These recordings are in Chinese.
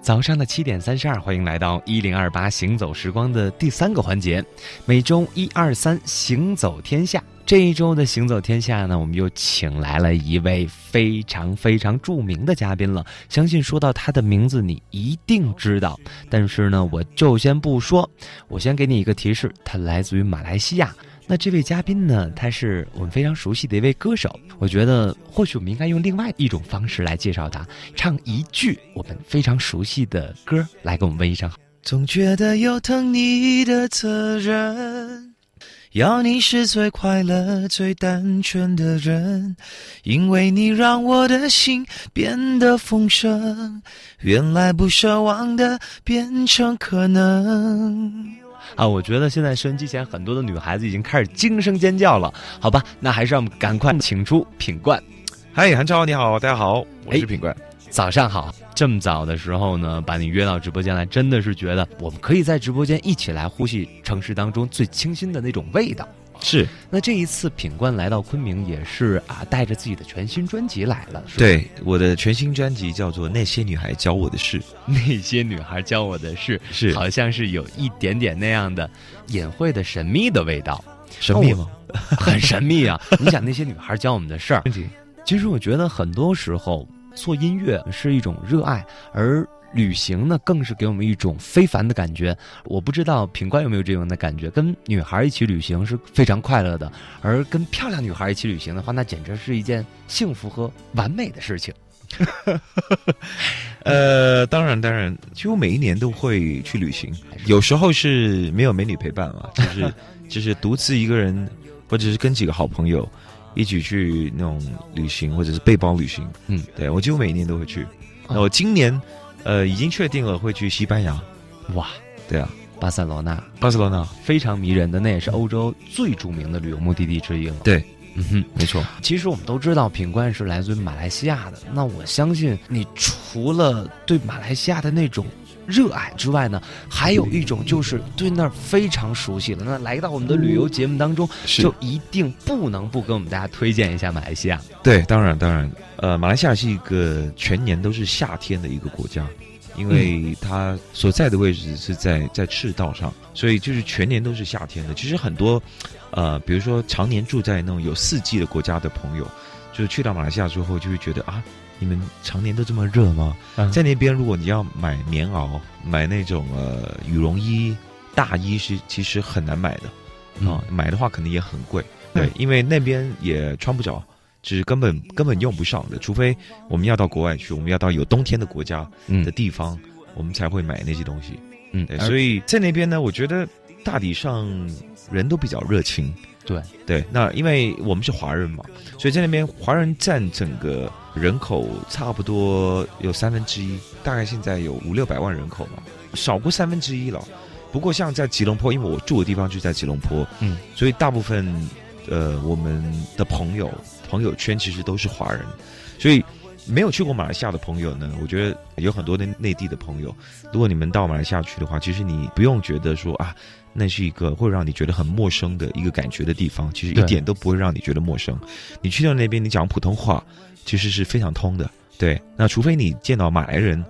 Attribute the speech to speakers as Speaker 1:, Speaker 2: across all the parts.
Speaker 1: 早上的七点三十二，欢迎来到一零二八行走时光的第三个环节，每周一二三行走天下。这一周的行走天下呢，我们又请来了一位非常非常著名的嘉宾了。相信说到他的名字，你一定知道。但是呢，我就先不说，我先给你一个提示，他来自于马来西亚。那这位嘉宾呢，他是我们非常熟悉的一位歌手。我觉得或许我们应该用另外一种方式来介绍他，唱一句我们非常熟悉的歌来给我们问一声好。
Speaker 2: 总觉得有疼你的责任，要你是最快乐、最单纯的人，因为你让我的心变得丰盛，原来不奢望的变成可能。
Speaker 1: 啊，我觉得现在收音机前很多的女孩子已经开始惊声尖叫了，好吧？那还是让我们赶快请出品冠。
Speaker 3: 嗨，韩超，你好，大家好，我
Speaker 1: 哎
Speaker 3: 是品冠。
Speaker 1: 早上好，这么早的时候呢，把你约到直播间来，真的是觉得我们可以在直播间一起来呼吸城市当中最清新的那种味道。
Speaker 3: 是
Speaker 1: 那这一次品冠来到昆明，也是啊，带着自己的全新专辑来了。是吧，
Speaker 3: 对我的全新专辑叫做《那些女孩教我的事》，
Speaker 1: 那些女孩教我的事，
Speaker 3: 是
Speaker 1: 好像是有一点点那样的隐晦的神秘的味道，
Speaker 3: 神秘吗？
Speaker 1: 很神秘啊！你想那些女孩教我们的事儿，其实我觉得很多时候做音乐是一种热爱，而旅行呢，更是给我们一种非凡的感觉。我不知道品冠有没有这种的感觉，跟女孩一起旅行是非常快乐的，而跟漂亮女孩一起旅行的话，那简直是一件幸福和完美的事情。
Speaker 3: 呃，当然，当然，几乎每一年都会去旅 行，有时候是没有美女陪伴嘛，就是 就是独自一个人，或者是跟几个好朋友一起去那种旅行，或者是背包旅行。
Speaker 1: 嗯，
Speaker 3: 对我几乎每一年都会去。
Speaker 1: 哦
Speaker 3: 那我今年呃已经确定了会去西班牙，
Speaker 1: 哇，
Speaker 3: 对啊，
Speaker 1: 巴塞罗那
Speaker 3: 巴塞罗那，
Speaker 1: 非常迷人的，那也是欧洲最著名的旅游目的地之一了。
Speaker 3: 对，
Speaker 1: 嗯哼。
Speaker 3: 没错。
Speaker 1: 其实我们都知道品冠是来自于马来西亚的，那我相信你除了对马来西亚的那种热爱之外呢，还有一种就是对那儿非常熟悉了。那来到我们的旅游节目当中，
Speaker 3: 嗯是
Speaker 1: 就一定不能不给我们大家推荐一下马来西亚。
Speaker 3: 对，当然当然，呃，马来西亚是一个全年都是夏天的一个国家，因为它所在的位置是在在赤道上，所以就是全年都是夏天的。其实很多，呃，比如说常年住在那种有四季的国家的朋友，就是去到马来西亚之后，就会觉得啊，你们常年都这么热吗？
Speaker 1: 嗯
Speaker 3: 在那边，如果你要买棉袄、买那种呃羽绒衣、大衣是其实很难买的。
Speaker 1: 嗯哦
Speaker 3: 啊、买的话可能也很贵，对，因为那边也穿不着，就是根本根本用不上的，除非我们要到国外去，我们要到有冬天的国家
Speaker 1: 嗯
Speaker 3: 的地方，我们才会买那些东西。
Speaker 1: 嗯
Speaker 3: 对，，
Speaker 1: 以
Speaker 3: 所以在那边呢，我觉得大体上人都比较热情。
Speaker 1: 嗯对
Speaker 3: 对，那因为我们是华人嘛，所以在那边华人占整个人口差不多有三分之一，大概现在有五六百万人口嘛，少过三分之一了。不过像在吉隆坡，因为我住的地方就在吉隆坡，
Speaker 1: 嗯，
Speaker 3: 所以大部分呃我们的朋友朋友圈其实都是华人，所以没有去过马来西亚的朋友呢，我觉得有很多的内地的朋友，如果你们到马来西亚去的话，其实你不用觉得说啊，那是一个会让你觉得很陌生的一个感觉的地方，其实
Speaker 1: 对
Speaker 3: 一点都不会让你觉得陌生。你去到那边，你讲普通话其实是非常通的。对，那除非你见到马来人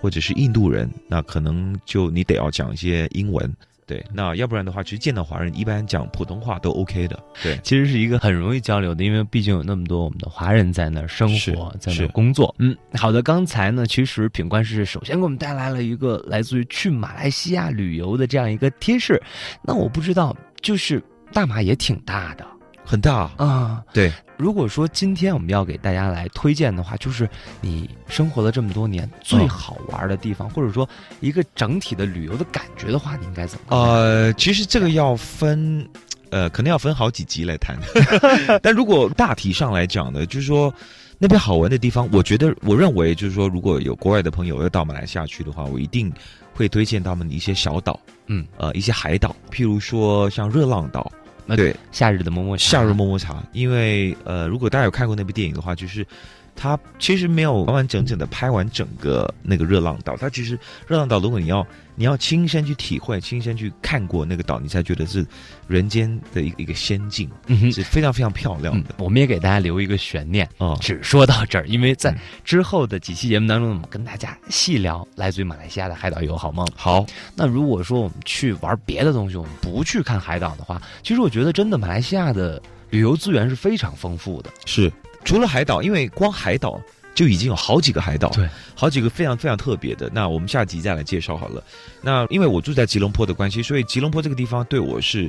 Speaker 3: 或者是印度人，那可能就你得要讲一些英文。对，那要不然的话，其实见到华人一般讲普通话都 OK 的。对，
Speaker 1: 其实是一个很容易交流的，因为毕竟有那么多我们的华人在那儿生
Speaker 3: 是
Speaker 1: 活，在那儿
Speaker 3: 是
Speaker 1: 工作。嗯，好的。刚才呢，其实品冠是首先给我们带来了一个来自于去马来西亚旅游的这样一个贴士。那我不知道，就是大马也挺大的
Speaker 3: 很大。
Speaker 1: 啊。
Speaker 3: 对，
Speaker 1: 如果说今天我们要给大家来推荐的话，就是你生活了这么多年最好玩的地方，或者说一个整体的旅游的感觉的话，你应该怎么看？
Speaker 3: 呃，其实这个要分，呃，可能要分好几集来谈。 但如果大体上来讲呢，就是说那边好玩的地方，我觉得我认为就是说，如果有国外的朋友要到马来西亚去的话，我一定会推荐他们一些小岛，
Speaker 1: 嗯，
Speaker 3: 呃，一些海岛，譬如说像热浪岛，
Speaker 1: 那
Speaker 3: 对，
Speaker 1: 夏日的么么茶，
Speaker 3: 夏日么么茶，因为呃，如果大家有看过那部电影的话，就是它其实没有完完整整的拍完整个那个热浪岛。它其实热浪岛，如果你要你要亲身去体会、亲身去看过那个岛，你才觉得是人间的一个一个仙境，
Speaker 1: 嗯哼
Speaker 3: 是非常非常漂亮
Speaker 1: 嗯
Speaker 3: 的。，
Speaker 1: 我们也给大家留一个悬念，
Speaker 3: 哦，
Speaker 1: 只说到这儿，因为在
Speaker 3: 嗯
Speaker 1: 之后的几期节目当中，我们跟大家细聊来自于马来西亚的海岛游好梦。
Speaker 3: 好，
Speaker 1: 那如果说我们去玩别的东西，我们不去看海岛的话，其实我觉得真的马来西亚的旅游资源是非常丰富的。
Speaker 3: 是除了海岛，因为光海岛就已经有好几个海岛，
Speaker 1: 对，
Speaker 3: 好几个非常非常特别的。那我们下集再来介绍好了。那因为我住在吉隆坡的关系，所以吉隆坡这个地方对我是，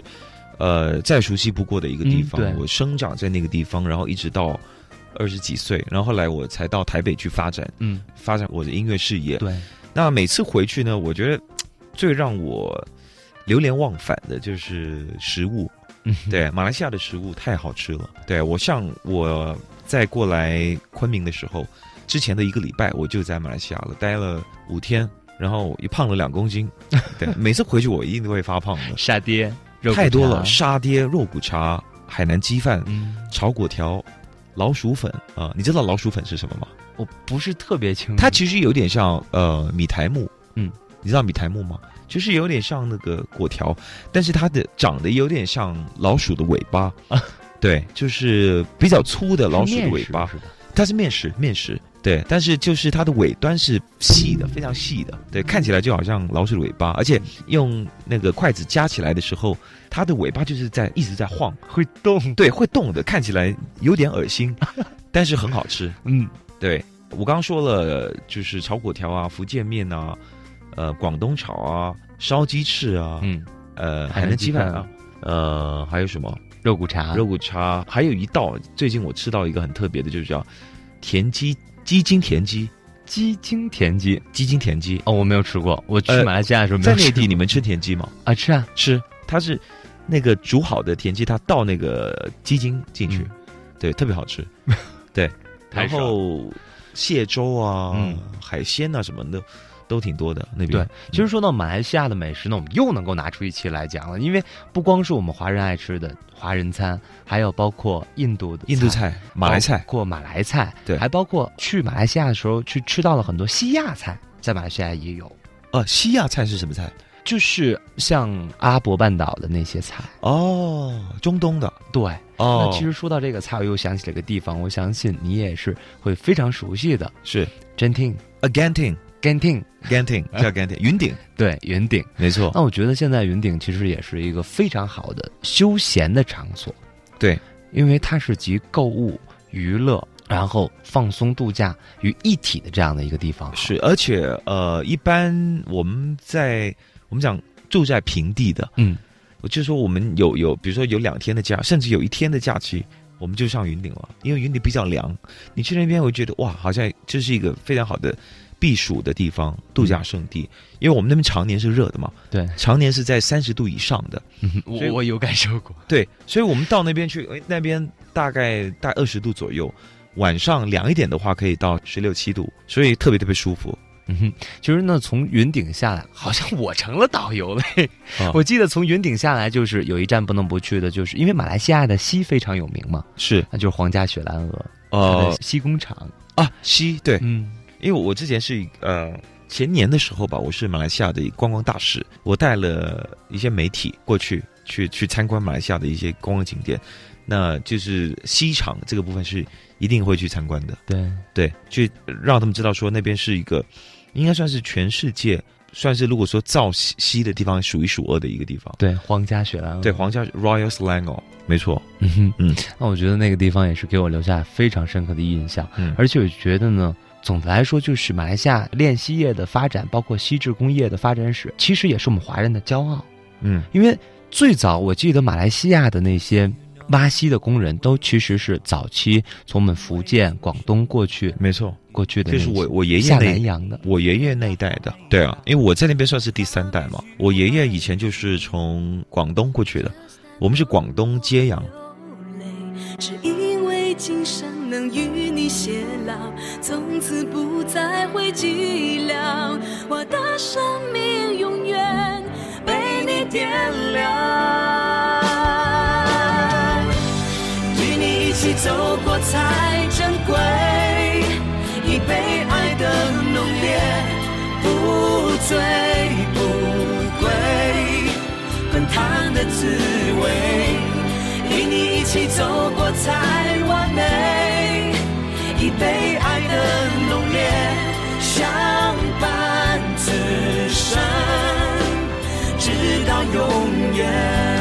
Speaker 3: 呃，再熟悉不过的一个地
Speaker 1: 嗯
Speaker 3: 方。
Speaker 1: 对
Speaker 3: 我生长在那个地方，然后一直到二十几岁，然后后来我才到台北去发展，
Speaker 1: 嗯，
Speaker 3: 发展我的音乐事业。
Speaker 1: 对，
Speaker 3: 那每次回去呢，我觉得最让我流连忘返的就是食物。
Speaker 1: 嗯，
Speaker 3: 对，马来西亚的食物太好吃了。对我像我在过来昆明的时候，之前的一个礼拜我就在马来西亚了，待了五天，然后也胖了两 公斤。对，每次回去我一定都会发胖的，
Speaker 1: 沙爹肉
Speaker 3: 太多
Speaker 1: 骨
Speaker 3: 了，
Speaker 1: 茶
Speaker 3: 沙爹、肉骨茶、海南鸡饭、
Speaker 1: 嗯，
Speaker 3: 炒粿条、老鼠粉啊、你知道老鼠粉是什么吗？
Speaker 1: 我不是特别清楚。
Speaker 3: 它其实有点像呃米苔木，
Speaker 1: 嗯，
Speaker 3: 你知道米苔木吗？就是有点像那个果条，但是它的长得有点像老鼠的尾巴
Speaker 1: 啊，
Speaker 3: 对，就是比较粗的老鼠的尾巴，
Speaker 1: 是面食是吧
Speaker 3: 它是面食，面食。对，但是就是它的尾端是细的，非常细的，对，
Speaker 1: 嗯
Speaker 3: 看起来就好像老鼠的尾巴，而且用那个筷子夹起来的时候，它的尾巴就是在一直在晃，
Speaker 1: 会动。
Speaker 3: 对，会动的，看起来有点恶 心，但是很好吃。
Speaker 1: 嗯，
Speaker 3: 对我刚刚说了，就是炒粿条啊、福建面啊、呃广东炒啊、烧鸡翅啊、
Speaker 1: 嗯，
Speaker 3: 呃
Speaker 1: 海
Speaker 3: 海南
Speaker 1: 南
Speaker 3: 鸡
Speaker 1: 鸡
Speaker 3: 饭
Speaker 1: 饭啊
Speaker 3: 啊，呃还有什么
Speaker 1: 肉骨茶，
Speaker 3: 肉骨茶，还有一道最近我吃到一个很特别的，就是叫田鸡鸡精田鸡，
Speaker 1: 鸡精田鸡。
Speaker 3: 鸡精田鸡。
Speaker 1: 哦，我没有吃过。我去
Speaker 3: 呃
Speaker 1: 马来西亚的时候没
Speaker 3: 在
Speaker 1: 有吃
Speaker 3: 内
Speaker 1: 过
Speaker 3: 地你们吃田鸡吗？
Speaker 1: 啊吃啊，
Speaker 3: 吃，它是那个煮好的田鸡，它倒那个鸡精进去，对，特别好吃。对，
Speaker 1: 嗯太
Speaker 3: 然后蟹粥啊、
Speaker 1: 嗯
Speaker 3: 海鲜啊什么的都挺多的那边。
Speaker 1: 对其实说到马来西亚的美食呢，我们又能够拿出一期来讲了，因为不光是我们华人爱吃的华人餐，还有包括印度的
Speaker 3: 印度、菜、哦马来菜
Speaker 1: 包，括马来菜，
Speaker 3: 对
Speaker 1: 还包括去马来西亚的时候去吃到了很多西亚菜，在马来西亚也有，
Speaker 3: 呃，西亚菜是什么菜？
Speaker 1: 就是像阿拉伯半岛的那些菜。
Speaker 3: 哦，中东的
Speaker 1: 对，
Speaker 3: 哦
Speaker 1: 那，其实说到这个菜，我又想起了一个地方，我相信你也是会非常熟悉的
Speaker 3: 是
Speaker 1: Genting、
Speaker 3: a Genting。
Speaker 1: Genting，
Speaker 3: Genting 呃叫 Genting，云顶，哦
Speaker 1: 对，云顶。
Speaker 3: 没错。
Speaker 1: 那我觉得现在云顶其实也是一个非常好的休闲的场所，
Speaker 3: 对，
Speaker 1: 因为它是集购物、娱乐，然后放松度假于一体的这样的一个地方。
Speaker 3: 是，而且呃，一般我们在我们讲住在平地的，
Speaker 1: 嗯，
Speaker 3: 我就说我们有有，比如说有两天的假，甚至有一天的假期，我们就上云顶了，因为云顶比较凉。你去那边，我觉得哇，好像这是一个非常好的避暑的地方，度假胜地。因为我们那边常年是热的嘛，
Speaker 1: 对，
Speaker 3: 常年是在三十度以上的，
Speaker 1: 我
Speaker 3: 所以
Speaker 1: 我有感受过。
Speaker 3: 对，所以我们到那边去，哎，那边大概大二十度左右，晚上凉一点的话可以到十六七度，所以特别特别舒服。
Speaker 1: 嗯哼，其实呢，从云顶下来，好像我成了导游了。 嘿
Speaker 3: 啊
Speaker 1: 我记得从云顶下来，就是有一站不能不去的，就是因为马来西亚的西非常有名嘛，
Speaker 3: 是，
Speaker 1: 那就是皇家雪兰莪，它
Speaker 3: 呃
Speaker 1: 的西工厂。
Speaker 3: 啊，西对，
Speaker 1: 嗯
Speaker 3: 因为我之前是呃前年的时候吧，我是马来西亚的观光大使，我带了一些媒体过去去去参观马来西亚的一些观光景点，那就是西场这个部分是一定会去参观的，
Speaker 1: 对，
Speaker 3: 对，去让他们知道说那边是一个应该算是全世界算是如果说造西西的地方数一数二的一个地方，
Speaker 1: 对，皇家雪兰莪。
Speaker 3: 对，皇家 Royal Selangor 没错，
Speaker 1: 嗯哼，
Speaker 3: 嗯，
Speaker 1: 那我觉得那个地方也是给我留下非常深刻的印象，
Speaker 3: 嗯
Speaker 1: 而且我觉得呢，总的来说就是马来西亚炼锡业的发展，包括锡制工业的发展史，其实也是我们华人的骄傲，
Speaker 3: 嗯
Speaker 1: 因为最早我记得马来西亚的那些。挖锡的工人都其实是早期从我们福建、广东过去
Speaker 3: 没错，
Speaker 1: 过去的
Speaker 3: 这
Speaker 1: 那些，
Speaker 3: 是我我爷爷
Speaker 1: 下
Speaker 3: 那
Speaker 1: 南洋的，
Speaker 3: 我爷爷那一代的，对啊，因为我在那边算是第三代嘛。我爷爷以前就是从广东过去的，我们是广东揭阳。
Speaker 4: 流泪，只因为今生能与你偕老，从此不再会寂寥，我的生命永远被你点亮。与你一起走过才珍贵。走过才完美，已被爱的浓烈相伴此生，直到永远。